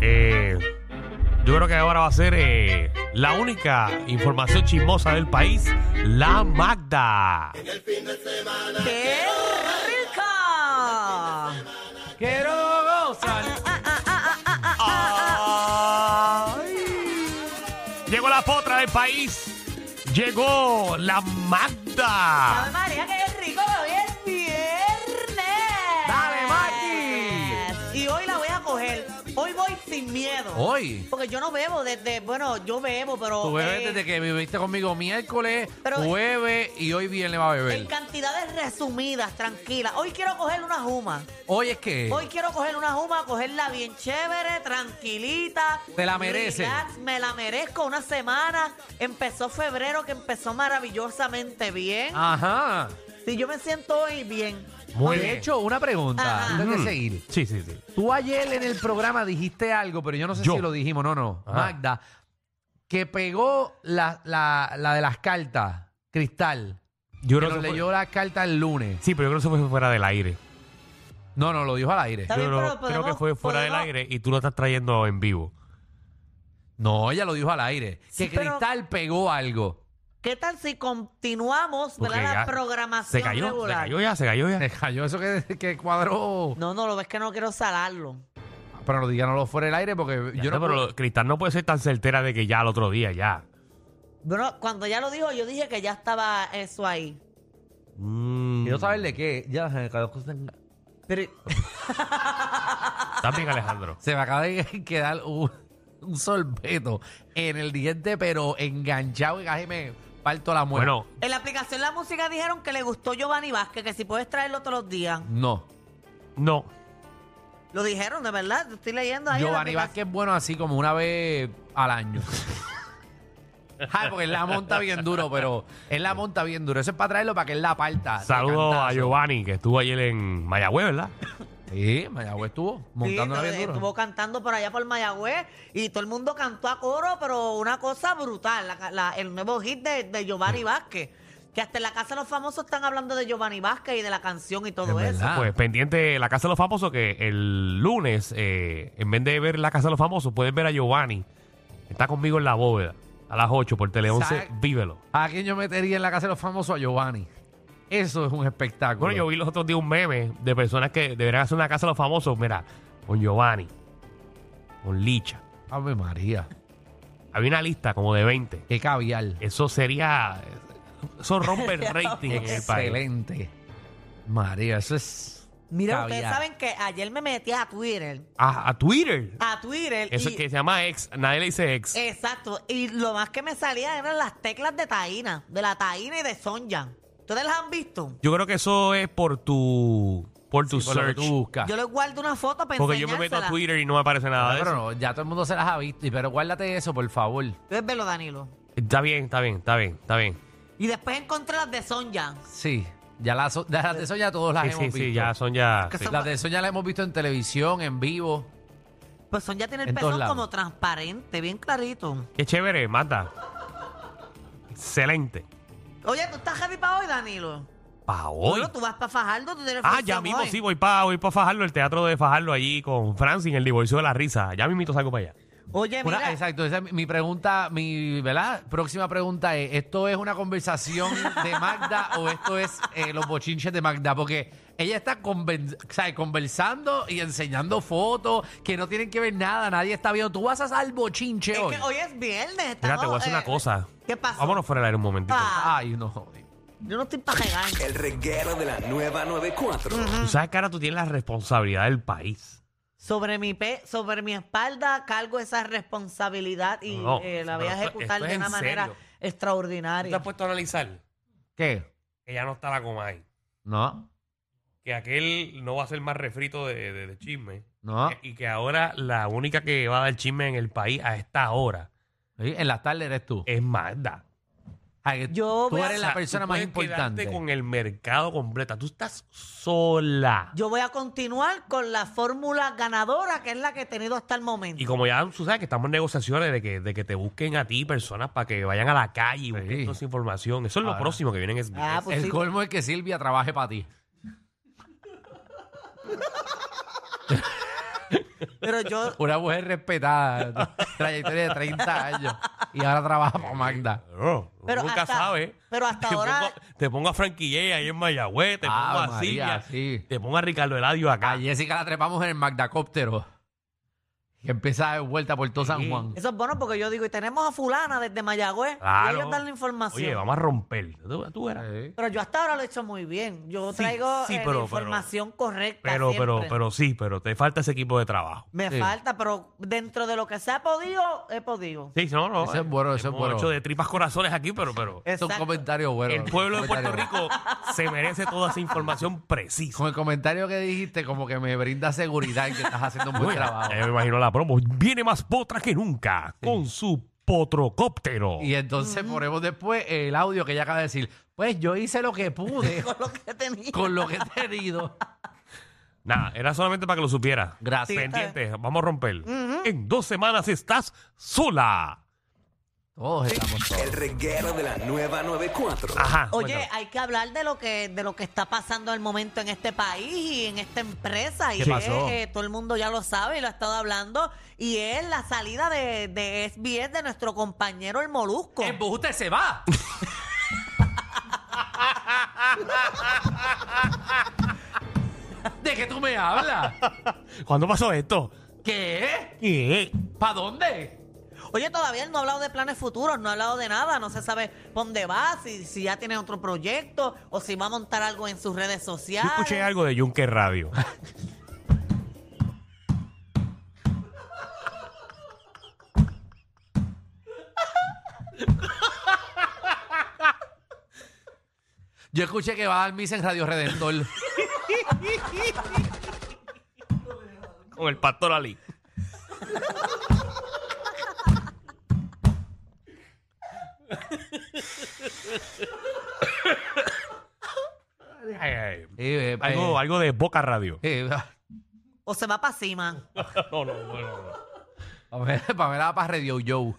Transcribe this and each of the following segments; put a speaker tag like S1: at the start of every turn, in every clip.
S1: eh, que ahora va a ser eh, la única información chismosa del país, la Magda.
S2: ¡Qué rico! Ah,
S1: Quiero gozar. Ay. Llegó la potra del país. Llegó la
S3: Ah.
S2: ¡Ave María,
S1: Magda.
S2: qué rico! Hoy es viernes.
S1: Dale, Maki.
S2: Y hoy la voy a coger. Hoy voy sin miedo.
S3: Hoy.
S2: Porque yo no bebo desde. Bueno, yo bebo, pero.
S3: Oh. Tú bebes
S2: eh,
S3: desde que viviste conmigo miércoles,
S2: Pero-
S3: jueves y hoy viernes va a
S2: En
S3: beber.
S2: cantidades resumidas, tranquila. Hoy quiero coger una juma.
S3: Hoy es que
S2: Hoy quiero coger una juma, cogerla bien chévere, tranquilita.
S3: Te la mereces.
S2: relax, me la merezco una semana. Empezó febrero que empezó maravillosamente
S3: Ah.
S2: bien.
S3: Ajá.
S2: Si yo me siento hoy bien.
S1: Muy
S3: de
S1: bien.
S3: hecho, una pregunta.
S2: Ajá.
S3: Antes
S1: Mm.
S3: de seguir.
S1: Sí, sí, sí.
S3: Tú ayer en el programa dijiste algo, pero yo no sé
S1: Yo.
S3: si lo dijimos. No, no.
S1: Ajá.
S3: Magda, que pegó la, la- la de las cartas, Cristal.
S1: Yo
S3: que
S1: creo que
S3: nos
S1: fue-
S3: leyó las cartas el lunes.
S1: Sí, pero yo creo que eso fue fuera del aire.
S3: No, no, lo dijo al aire.
S2: Está bien,
S1: Yo creo-
S2: pero
S1: creo que
S2: podemos-
S1: fue fuera del
S2: podemos-
S1: aire y tú lo estás trayendo en vivo.
S3: No, ella lo dijo al aire.
S2: Sí,
S3: que
S2: pero-
S3: Cristal pegó algo.
S2: ¿Qué tal si continuamos
S1: Porque
S2: ¿verdad? la
S1: ya
S2: programación
S1: Se cayó, se
S2: regular?
S1: cayó ya, se cayó ya.
S3: Se cayó eso que, que cuadró.
S2: No, no, lo ves que no quiero salarlo.
S3: Pero no diga no lo fuera el aire porque
S1: Ya
S3: yo
S1: está,
S3: no.
S1: pero
S3: puedo-
S1: lo- Cristal no puede ser tan certera de que ya al otro día, ya.
S2: Bueno, cuando ya lo dijo, yo dije que ya estaba eso ahí.
S1: Mm.
S3: Quiero saber de qué. Ya se me acaba de-
S1: También Alejandro.
S3: se me acaba de quedar un, un sorbeto en el diente, pero enganchado y casi me parto la muerte.
S1: Bueno,
S2: En la aplicación La Música dijeron que le gustó Giovanni Vázquez, que si puedes traerlo todos los días.
S3: No.
S1: no.
S2: Lo dijeron, de verdad, te estoy leyendo ahí. en la
S3: Giovanni
S2: aplicación.
S3: Vázquez es bueno así como una vez al año. Ay, porque él la monta bien duro, pero él la monta bien duro. Eso es para traerlo para que él la parta. de
S1: Saludos
S3: cantazo.
S1: a Giovanni, que estuvo ayer en Mayagüez, ¿verdad?
S3: Sí, Mayagüez estuvo montándola
S2: Sí,
S3: bien
S2: estuvo
S3: duro.
S2: cantando por allá por Mayagüez y todo el mundo cantó a coro, pero una cosa brutal, la- la- el nuevo hit de, de
S1: Mm.
S2: Giovanni Vázquez. Que hasta en la casa de los famosos están hablando de Giovanni Vázquez y de la canción y todo
S3: Es
S2: eso.
S3: verdad. Ah.
S1: Pues pendiente de la Casa de los Famosos, que el lunes, eh, en vez de ver la Casa de los Famosos, puedes ver a Giovanni. Está conmigo en la bóveda, a las 8 por Tele 11,
S3: Sa-
S1: vívelo.
S3: ¿A quién yo metería en la casa de los famosos? A Giovanni. Eso es un espectáculo.
S1: Bueno, yo vi los otros días un meme de personas que deberían hacer una Casa de los Famosos, mira, con Giovanni, con Licha.
S3: Ave María.
S1: Había una lista como de 20.
S3: Qué caviar.
S1: Eso sería. Eso rompe el rating en el país.
S3: Excelente. María, eso es.
S2: Mira,
S3: caviar.
S2: ustedes saben que ayer me metí a Twitter.
S1: A, a Twitter.
S2: A Twitter.
S1: Eso
S2: y-
S1: que se llama ex. Nadie le dice ex.
S2: Exacto. Y lo más que me salía eran las teclas de Taína, de la Taína y de Sonja. ¿Ustedes las han visto?
S1: Yo creo que eso es por tu. Por tu
S3: Sí, por lo que
S1: search.
S3: tú buscas.
S2: Yo les guardo una foto para
S1: Ah. Porque yo me meto a
S2: enseñársela.
S1: Twitter y no me aparece nada
S3: No,
S1: de
S3: pero
S1: Ah, eso.
S3: no, ya todo el mundo se las ha visto. Pero guárdate eso, por favor.
S2: Ustedes velo, Danilo.
S1: Está bien, está bien, está bien, está bien.
S2: Y después encontré las de Sonja.
S3: Sí. Ya las, ya las de eso ya todos las
S1: Sí,
S3: hemos
S1: sí, sí,
S3: visto.
S1: ya son ya.
S2: Que
S1: sí.
S2: son-
S3: Las de eso ya las hemos visto en televisión, en vivo.
S2: Pues Sonja tiene el
S3: En todos
S2: pezón
S3: lados.
S2: como transparente, bien clarito.
S1: Qué chévere, mata. Excelente.
S2: Oye, ¿tú estás heavy para hoy, Danilo?
S1: Pa' hoy.
S2: Bueno, tú vas para Fajardo, tú tienes
S1: Ah,
S2: función
S1: ya mismo
S2: hoy.
S1: sí, voy para voy pa Fajarlo, el teatro de Fajarlo allí con Francine, el divorcio de la risa. Ya mismito salgo para allá.
S2: Oye,
S3: Una-
S2: mira,
S3: exacto, esa es mi- mi pregunta, mi ¿verdad? próxima pregunta es, ¿esto es una conversación de Magda o esto es eh, los bochinches de Magda? Porque ella está conven- o sea, conversando y enseñando fotos que no tienen que ver nada, nadie está viendo. Tú vas a al bochinche
S2: es
S3: hoy.
S2: que hoy es viernes.
S1: Mira,
S2: Estamos,
S1: te voy a hacer una
S2: eh,
S1: cosa.
S2: ¿Qué pasó?
S1: Vámonos fuera del aire un momentito.
S2: Ah.
S3: Ay, no.
S2: Yo no estoy para regañar.
S4: El reguero de la nueva 94.
S1: Tú sabes que ahora tú tienes la responsabilidad del país.
S2: Sobre mi, pe sobre mi espalda cargo esa responsabilidad y
S1: No,
S2: eh, la voy a
S1: pero esto-
S2: ejecutar
S1: esto es
S2: de una
S1: en
S2: manera
S1: serio.
S2: extraordinaria.
S1: puesto a analizar
S3: ¿Qué?
S1: que ya no está la coma ahí?
S3: No,
S1: Que aquel no va a ser más refrito de, de- de chisme.
S3: no.
S1: Eh, Y y que ahora la única que va a dar chisme en el país a esta hora
S3: Sí, En las tardes eres tú.
S1: es Magda.
S3: Ay, que
S2: yo
S3: tú
S2: voy a-
S3: eres
S1: O sea,
S3: la persona
S1: eh, tú
S3: más
S1: puedes
S3: importante.
S1: quedarte con el mercado completa. Tú estás sola.
S2: Yo voy a continuar con la fórmula ganadora, que es la que he tenido hasta el momento.
S1: Y como ya tú sabes que estamos en negociaciones de que, de que te busquen a ti personas para que vayan a la calle y busquen
S3: Sí.
S1: toda esa información. Eso es lo
S3: Ahora.
S1: próximo que viene en SBS.
S2: Ah, pues
S3: el
S2: sí.
S3: colmo es que Silvia trabaje para ti.
S2: Pero yo,
S3: Una mujer respetada, trayectoria de 30 años. Y ahora trabaja para Magda.
S1: Pero,
S2: Pero
S1: nunca
S2: hasta-
S1: sabes.
S2: pero hasta
S1: te
S2: ahora-
S1: Pongo, te pongo a Frankie J ahí en Mayagüez, te
S3: Ah,
S1: pongo a
S3: María,
S1: Silvia,
S3: sí.
S1: te pongo a Ricardo Eladio acá.
S3: A Jessica la trepamos en el Magdacóptero. Que empieza a dar vuelta por todo San Juan.
S2: eso es bueno porque yo digo, y tenemos a fulana desde Mayagüez. Y ellos dan la información.
S1: Oye, vamos a romper. Tú, tú verás.
S3: Sí.
S2: Pero yo hasta ahora lo he hecho muy bien. Yo
S1: Sí,
S2: traigo
S1: sí,
S2: eh, la
S1: pero- pero-
S2: información correcta.
S1: Pero, pero,
S2: siempre.
S1: pero sí, pero te falta ese equipo de trabajo.
S2: Me
S3: Sí.
S2: falta, pero dentro de lo que se ha podido, he podido.
S1: Sí, no, no.
S3: Ese es bueno, ese es
S1: hemos
S3: bueno.
S1: hecho de tripas corazones aquí, pero, pero
S3: Es un
S2: Exacto.
S3: comentario bueno.
S1: el
S3: un
S1: pueblo de
S3: comentario
S1: Puerto
S3: bueno.
S1: Rico se merece toda esa información precisa.
S3: Con el comentario que dijiste, como que me brinda seguridad en que estás haciendo un buen
S1: Bueno, eh.
S3: trabajo.
S1: ya yo me imagino la promo. Viene más potra que nunca con su potrocóptero.
S3: Y entonces ponemos después el audio que ella acaba de decir. Pues yo hice lo que pude
S2: Con lo que tenía.
S3: con lo que he tenido.
S1: Nada, era solamente para que lo supieras.
S3: Gracias.
S2: Sí, está bien.
S1: Pendiente, vamos a romper. En dos semanas estás sola.
S3: Todos estamos solos.
S4: El reguero de la nueva 94.
S3: Ah,
S1: Ajá.
S2: Oye,
S1: cuéntame.
S2: hay que hablar de lo que de lo que está pasando en el momento en este país y en esta empresa. Y
S3: ¿Qué
S2: que,
S3: pasó?
S2: eh, todo el mundo ya lo sabe y lo ha estado hablando. Y es la salida de, de SBS de nuestro compañero el Molusco.
S3: El buste se va. ¿De qué tú me hablas?
S1: ¿Cuándo pasó esto?
S3: ¿Qué?
S1: ¿Qué?
S3: ¿Para dónde?
S2: Oye, todavía él no ha hablado de planes futuros, no ha hablado de nada, no se sabe pa' dónde va, si, si ya tiene otro proyecto o si va a montar algo en sus redes
S1: Yo
S2: sociales.
S1: escuché algo de Junker Radio.
S3: Yo escuché que va a dar misa en Radio Redentor.
S1: con el pastor Ali. Ay, ay.
S3: Eh, eh,
S1: Algo, algo de Boca Radio.
S3: eh,
S2: O se va para cima.
S1: No, no, no, no, no.
S3: Pamela Pamela para Radio Joe.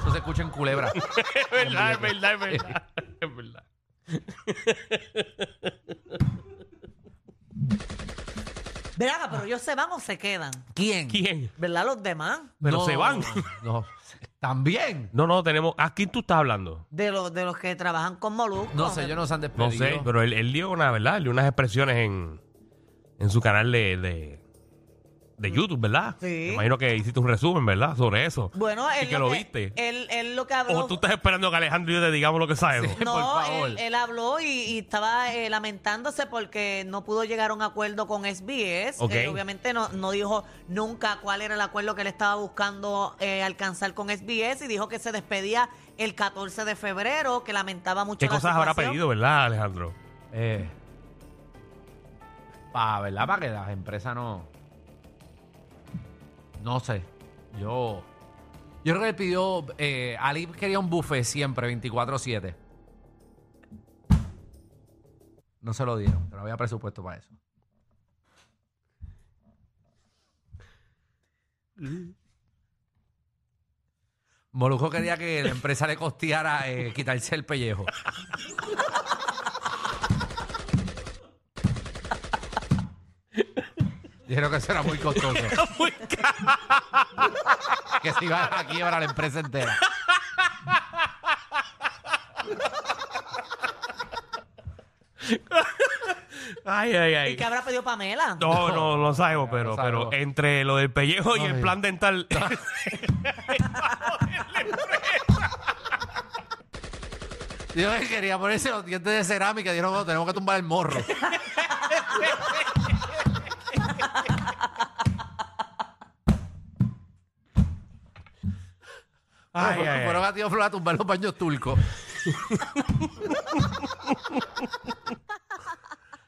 S3: Eso se escucha en culebra.
S1: Es verdad, es verdad, es verdad. Es verdad.
S2: Verá, pero ellos se van o se quedan.
S3: ¿Quién?
S1: ¿Quién?
S2: ¿Verdad? Los demás.
S1: Pero
S3: No,
S1: se van.
S3: No. También.
S1: No, no, tenemos. ¿A quién tú estás hablando?
S2: De los, de los que trabajan con Molusco.
S3: No sé, yo no se han despedido.
S1: No sé, pero él, él dio una, ¿verdad? Él dio unas expresiones en, en su canal de, de, de YouTube, ¿verdad?
S2: Sí.
S1: Me imagino que hiciste un resumen, ¿verdad? Sobre eso.
S2: Bueno,
S1: y
S2: él
S1: que lo viste.
S2: Él, él lo que habló.
S1: O tú estás esperando que Alejandro y yo te digamos lo que sabemos.
S3: Sí.
S2: No,
S3: Por favor.
S2: Él, él habló y, y estaba eh, lamentándose porque no pudo llegar a un acuerdo con SBS.
S1: Ok.
S2: Él obviamente no, no dijo nunca cuál era el acuerdo que él estaba buscando eh, alcanzar con SBS y dijo que se despedía el 14 de febrero, que lamentaba mucho
S1: ¿Qué
S2: la
S1: cosas habrá
S2: situación.
S1: pedido, verdad, Alejandro?
S3: Eh, pa, ¿verdad? Para que las empresas no. No sé. Yo. Yo creo que él pidió. eh, Ali quería un buffet siempre, 24-7. No se lo dieron, pero no había presupuesto para eso. Molujo quería que la empresa le costeara eh, quitarse el pellejo. Dijeron que eso era muy costoso. que se iba a quiebrar la empresa entera.
S1: Ay, ay,
S2: ¿Y qué habrá pedido Pamela?
S1: No, no, lo sabemos, pero,
S3: lo sabemos.
S1: pero entre lo del pellejo y el
S3: Ay.
S1: plan dental.
S3: Dijo que quería ponerse los dientes de cerámica. Dijeron, no, tenemos que tumbar el morro.
S1: Ay, ay, ay.
S3: Fueron a Tío Flor a tumbar los baños turcos.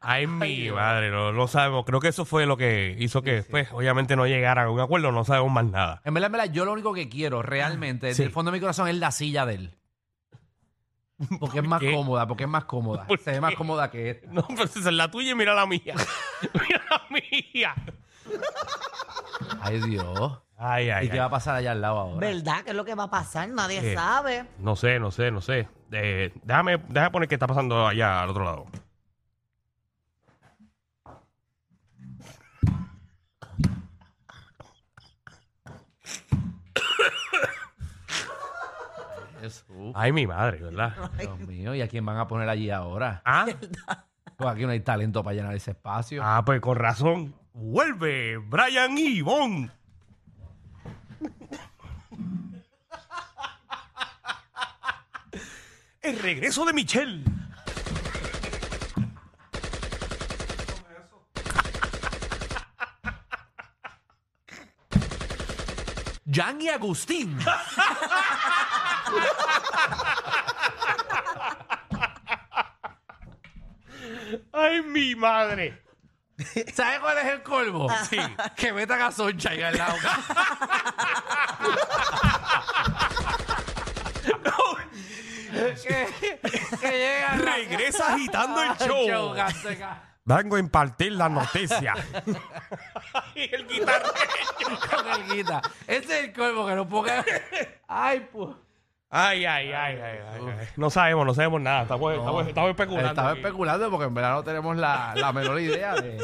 S1: Ay, mi madre, no, no sabemos. Creo que eso fue lo que hizo que, pues, obviamente no llegara a un acuerdo, no sabemos más nada.
S3: En verdad, en verdad, yo lo único que quiero realmente, desde
S1: Sí.
S3: el fondo de mi corazón, es la silla de él. Porque es más
S1: qué?
S3: cómoda, porque es más cómoda.
S1: ¿Por
S3: Se ve más cómoda que esta.
S1: No, pero esa es la tuya y mira la mía. mira la mía.
S3: Ay, Dios.
S1: Ay, ay,
S3: ¿Y qué
S1: ay.
S3: va a pasar allá al lado ahora?
S2: ¿Verdad? ¿Qué es lo que va a pasar? Nadie
S1: Eh.
S2: sabe.
S1: No sé, no sé, no sé. Eh, déjame, déjame poner qué está pasando allá al otro lado.
S2: tú.
S1: Ay, mi madre, ¿verdad?
S3: Dios mío, ¿y a quién van a poner allí ahora?
S1: ¿Ah?
S3: Pues aquí no hay talento para llenar ese espacio.
S1: ah, pues con razón. Vuelve Brian y Bon. El regreso de Michelle.
S3: Jan y Agustín.
S1: Ay, mi madre.
S3: ¿Sabes cuál es el colmo?
S1: Sí.
S3: Que metan a Soncha ahí al lado. que, que llega
S1: Regresa agitando el show.
S3: Gasteca,
S1: Vengo a impartir la noticia. y el guitarreño.
S3: con el guita. Ese es el colmo que no ponga. Ay, pues.
S1: Ay, ay, ay, ay, ay, ay. No sabemos, no sabemos nada. Estamos, estamos, estamos especulando.
S3: Estaba
S1: aquí.
S3: especulando porque en verdad no tenemos la, la menor idea de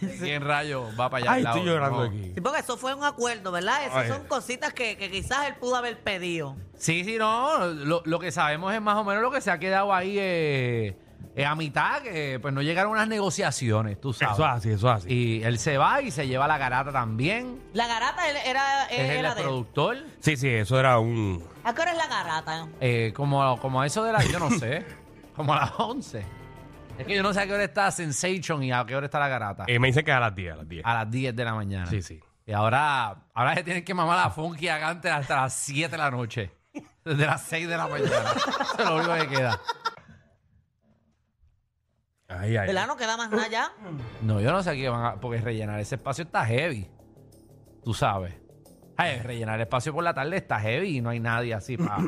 S3: de quién rayo va para allá. al
S1: Ay,
S3: lado,
S1: estoy llorando
S3: ¿no?
S1: aquí.
S2: Sí, porque eso fue un acuerdo, ¿verdad? Esas
S1: Ay.
S2: son cositas que, que quizás él pudo haber pedido.
S3: Sí, sí, no. Lo, lo que sabemos es más o menos lo que se ha quedado ahí eh, eh, a mitad, que pues no llegaron unas negociaciones, tú sabes.
S1: Eso es así, eso es así.
S3: Y él se va y se lleva la garata también.
S2: La garata él- era,
S3: es el
S2: era Eh, de él.
S3: productor.
S1: Sí, sí, eso era un.
S2: ¿A qué hora es la garata?
S3: Eh, como, como a eso de la, yo no sé, como a las 11. Es que yo no sé a qué hora está Sensation y a qué hora está la garata.
S1: eh, me dicen que es a las 10, a las 10.
S3: a las 10 de la mañana.
S1: Sí, sí.
S3: Y ahora, ahora se tienen que mamar a Funky a Gantel hasta las 7 de la noche. Desde las 6 de la mañana. Eso es lo único que queda.
S1: Ay, ay.
S2: ¿Verdad? No queda más nada ya.
S3: No, yo no sé qué van a. Porque rellenar ese espacio está heavy. Tú sabes. Ay, rellenar el espacio por la tarde está heavy y no hay nadie así para.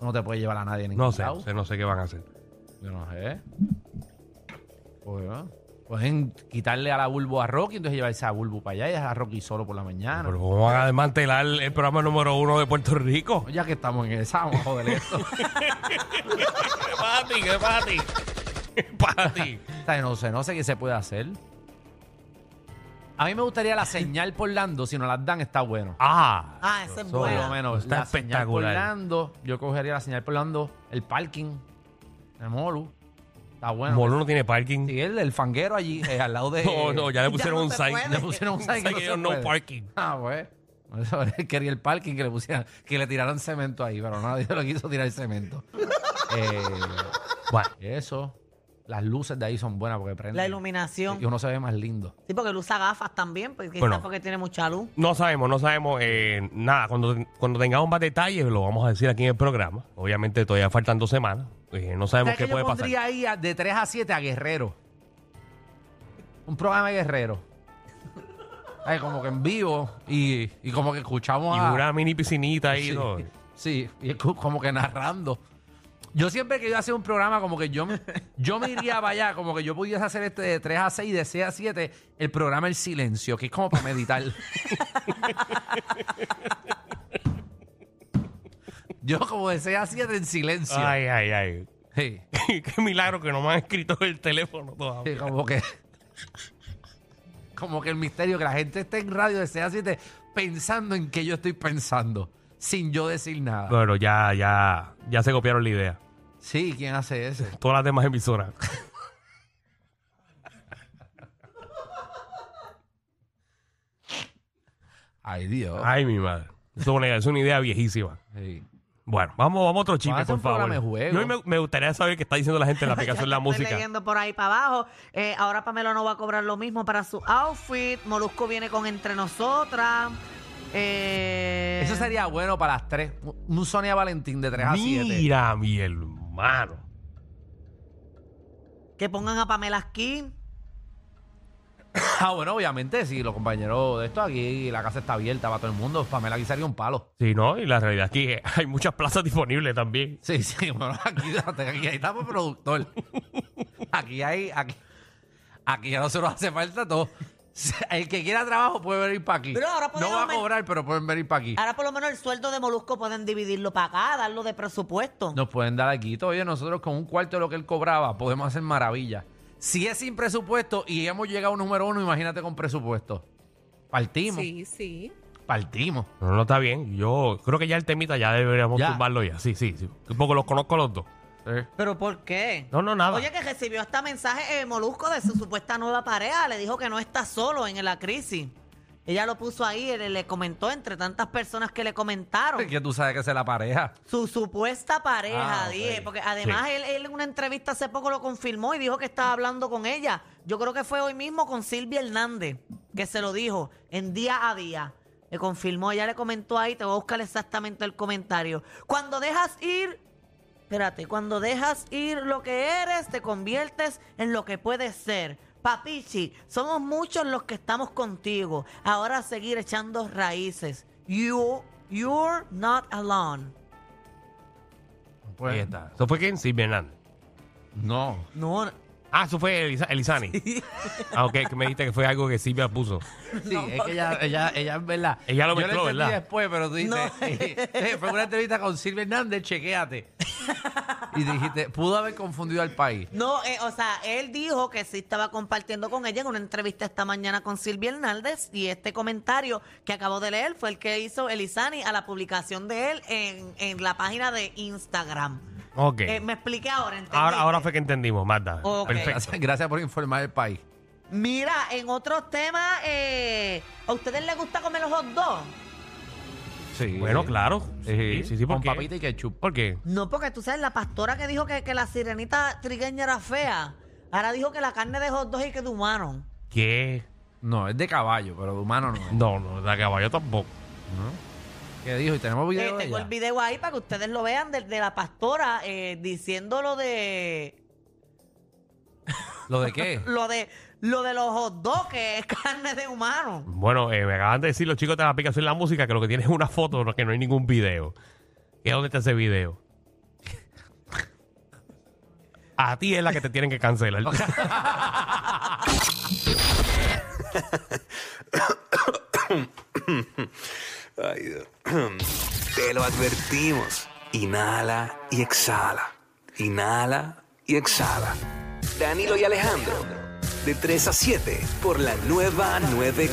S3: No te puedes llevar a nadie en ningún
S1: No sé,
S3: lado.
S1: no sé, no sé qué van a hacer.
S3: Yo no sé. Pues, ¿no? Pueden quitarle a la Bulbo a Rocky, entonces llevarse a Bulbo para allá y dejar a Rocky solo por la mañana.
S1: Pero ¿cómo van a desmantelar el programa número uno de Puerto Rico?
S3: Ya que estamos en esa, vamos a joder esto.
S1: ¿Qué para ti? ¿Qué para ti? ¿Qué para ti?
S3: O sea, no sé, no sé qué se puede hacer. A mí me gustaría la señal por Lando, si no las dan, está bueno.
S1: Ah,
S2: Ah, ese es
S1: Eso,
S3: Por
S1: Bueno,
S3: lo
S2: bueno.
S3: menos,
S1: está
S3: la señal por
S1: espectacular.
S3: Lando, yo cogería la señal por Lando, el parking de Molu. Está bueno.
S1: Molo no tiene parking.
S3: Sí, el, el fanguero allí, eh, al lado de.
S1: No, no, ya le pusieron
S2: no
S1: un
S2: se
S1: site.
S2: puede.
S3: Le pusieron un sign que
S1: Sign
S3: no
S1: que
S3: se
S1: yo, no
S3: puede.
S1: parking.
S3: Ah, pues. Eso, él quería el parking que le pusieran, que le tiraran cemento ahí, pero nadie lo quiso tirar el cemento. Eh,
S1: Bueno,
S3: eso. Las luces de ahí son buenas porque prenden.
S2: La iluminación.
S3: Y uno se ve más lindo.
S2: Sí, porque él usa gafas también, pues, quizás
S1: Bueno.
S2: porque tiene mucha luz.
S1: no sabemos, no sabemos eh, nada. Cuando, cuando tengamos más detalles, lo vamos a decir aquí en el programa. Obviamente, todavía faltan dos semanas. Eh, no sabemos
S3: ¿Sabes
S1: qué
S3: que
S1: puede
S3: yo
S1: pasar.
S3: pondría ahí a- de 3 a 7 a Guerrero? Un programa de Guerrero. Ay, como que en vivo y, y como que escuchamos
S1: Y
S3: a...
S1: una mini piscinita ahí.
S3: Sí,
S1: ¿no?
S3: sí, y es co- como que narrando. Yo siempre que yo hacía un programa, como que yo, me- yo me iría para allá, como que yo pudiese hacer este de 3 a 6, de 6 a 7, el programa El Silencio, que es como para meditar. yo como de 6 a 7 en silencio.
S1: Ay, ay, ay.
S3: Sí.
S1: Qué milagro que no me han escrito el teléfono todavía.
S3: Sí, como que. Como que el misterio que la gente esté en radio de 6 a 7 pensando en que yo estoy pensando, sin yo decir nada.
S1: Bueno, ya, ya, ya se copiaron la idea.
S3: Sí, ¿quién hace eso?
S1: Todas las demás emisoras.
S3: Ay, Dios.
S1: Ay, mi madre. Eso es una, es una idea viejísima.
S3: Sí.
S1: Bueno, vamos, vamos a otro chisme,
S3: Vamos a
S1: por
S3: hacer un
S1: favor.
S3: programa de juego.
S1: Yo me, me gustaría saber qué está diciendo la gente en la aplicación de la
S2: Estoy
S1: música.
S2: leyendo por ahí para abajo. Eh, ahora Pamela no va a cobrar lo mismo para su outfit. Molusco viene con Entre Nosotras. Eh,
S3: Eso sería bueno para las 3. Un Sonia Valentín de 3 a 7.
S1: Mira, mi hermano.
S2: Que pongan a Pamela aquí.
S3: Ah, bueno, obviamente, sí, los compañeros de esto aquí, la casa está abierta para todo el mundo. Pamela aquí sería un palo.
S1: Sí, ¿no? Y la realidad es que hay muchas plazas disponibles también.
S3: Sí, sí, bueno, aquí, aquí estamos productor. Aquí hay, aquí, aquí a nosotros hace falta todo. El que quiera trabajo puede venir para aquí.
S2: Pero ahora
S3: no
S2: podemos
S3: va a
S2: men-
S3: cobrar, pero pueden venir para aquí.
S2: Ahora por lo menos el sueldo de Molusco pueden dividirlo para acá, darlo de presupuesto.
S3: Nos pueden dar aquí. Oye, nosotros con un cuarto de lo que él cobraba podemos hacer maravillas. Si es sin presupuesto y hemos llegado a un número uno, imagínate con presupuesto. Partimos.
S5: Sí, sí.
S3: partimos.
S1: No, no está bien. Yo creo que ya el temita ya deberíamos
S3: Ya.
S1: tumbarlo ya. Sí, sí, sí. Porque los conozco los dos.
S2: ¿Pero por qué?
S1: No, no, nada.
S2: Oye, que recibió hasta mensaje eh, Molusco de su supuesta nueva pareja. Le dijo que no está solo en la crisis. Ella lo puso ahí, le, le comentó entre tantas personas que le comentaron.
S3: Que tú sabes que esa es la pareja.
S2: Su supuesta pareja,
S3: Ah, ok.
S2: dije, porque además él, él en una entrevista hace poco lo confirmó y dijo que estaba hablando con ella. Yo creo que fue hoy mismo con Silvia Hernández, que se lo dijo en día a día. Le confirmó, ella le comentó ahí, te voy a buscar exactamente el comentario. Cuando dejas ir, espérate, cuando dejas ir lo que eres, te conviertes en lo que puedes ser. Papichi, somos muchos los que estamos contigo. Ahora a seguir echando raíces. You, you're not alone.
S3: Pues,
S1: Ahí está. ¿Eso fue quién? Silvia Hernández.
S3: No.
S2: No,
S1: Ah, eso fue Elisa- Elizani. Ah, ok, que me dijiste que fue algo que Silvia puso.
S3: Sí, es que ella, ella, ella es verdad.
S1: Ella lo
S3: Yo la
S1: mezcló,
S3: entendí
S1: ¿verdad?
S3: después, pero tú dices,
S2: No.
S3: eh, fue una entrevista con Silvia Hernández, chequéate. y dijiste, pudo haber confundido al país.
S2: no eh, o sea, él dijo que sí estaba compartiendo con ella en una entrevista esta mañana con Silvia Hernández y este comentario que acabo de leer fue el que hizo Elizani a la publicación de él en, en la página de Instagram.
S1: Ok.
S2: Eh, me expliqué ahora, ¿entendiste?
S1: ahora, ahora fue que entendimos, Marta.
S2: Ok.
S1: Perfecto.
S3: Gracias, gracias por informar al país.
S2: Mira, en otros temas, eh, ¿a ustedes les gusta comer los hot dogs?
S3: Sí.
S1: Bueno, claro.
S3: Sí,
S1: Sí, sí, sí. ¿por
S3: con
S1: qué?
S3: papita y ketchup.
S1: ¿Por qué?
S2: No, porque tú sabes, la pastora que dijo que, que la sirenita trigueña era fea, ahora dijo que la carne de hot dogs y que de humano.
S1: ¿Qué?
S3: No, es de caballo, pero de humano no.
S1: No, no, de caballo tampoco.
S3: ¿Qué dijo? Y tenemos
S2: Eh,
S3: video de
S2: tengo
S3: ella.
S2: el video ahí para que ustedes lo vean de, de la pastora eh, diciendo lo de
S3: ¿Lo de qué?
S2: lo de lo de los hot dogs que es carne de humano.
S1: Bueno, eh, me acaban de decir los chicos de la aplicación La Música que lo que tienen es una foto, no- que no hay ningún video. ¿Y dónde está ese video? A ti es la que te tienen que cancelar.
S4: Ay, Dios. Te lo advertimos. Inhala y exhala. Inhala y exhala. Danilo y Alejandro, de 3 a 7 por la nueva 9.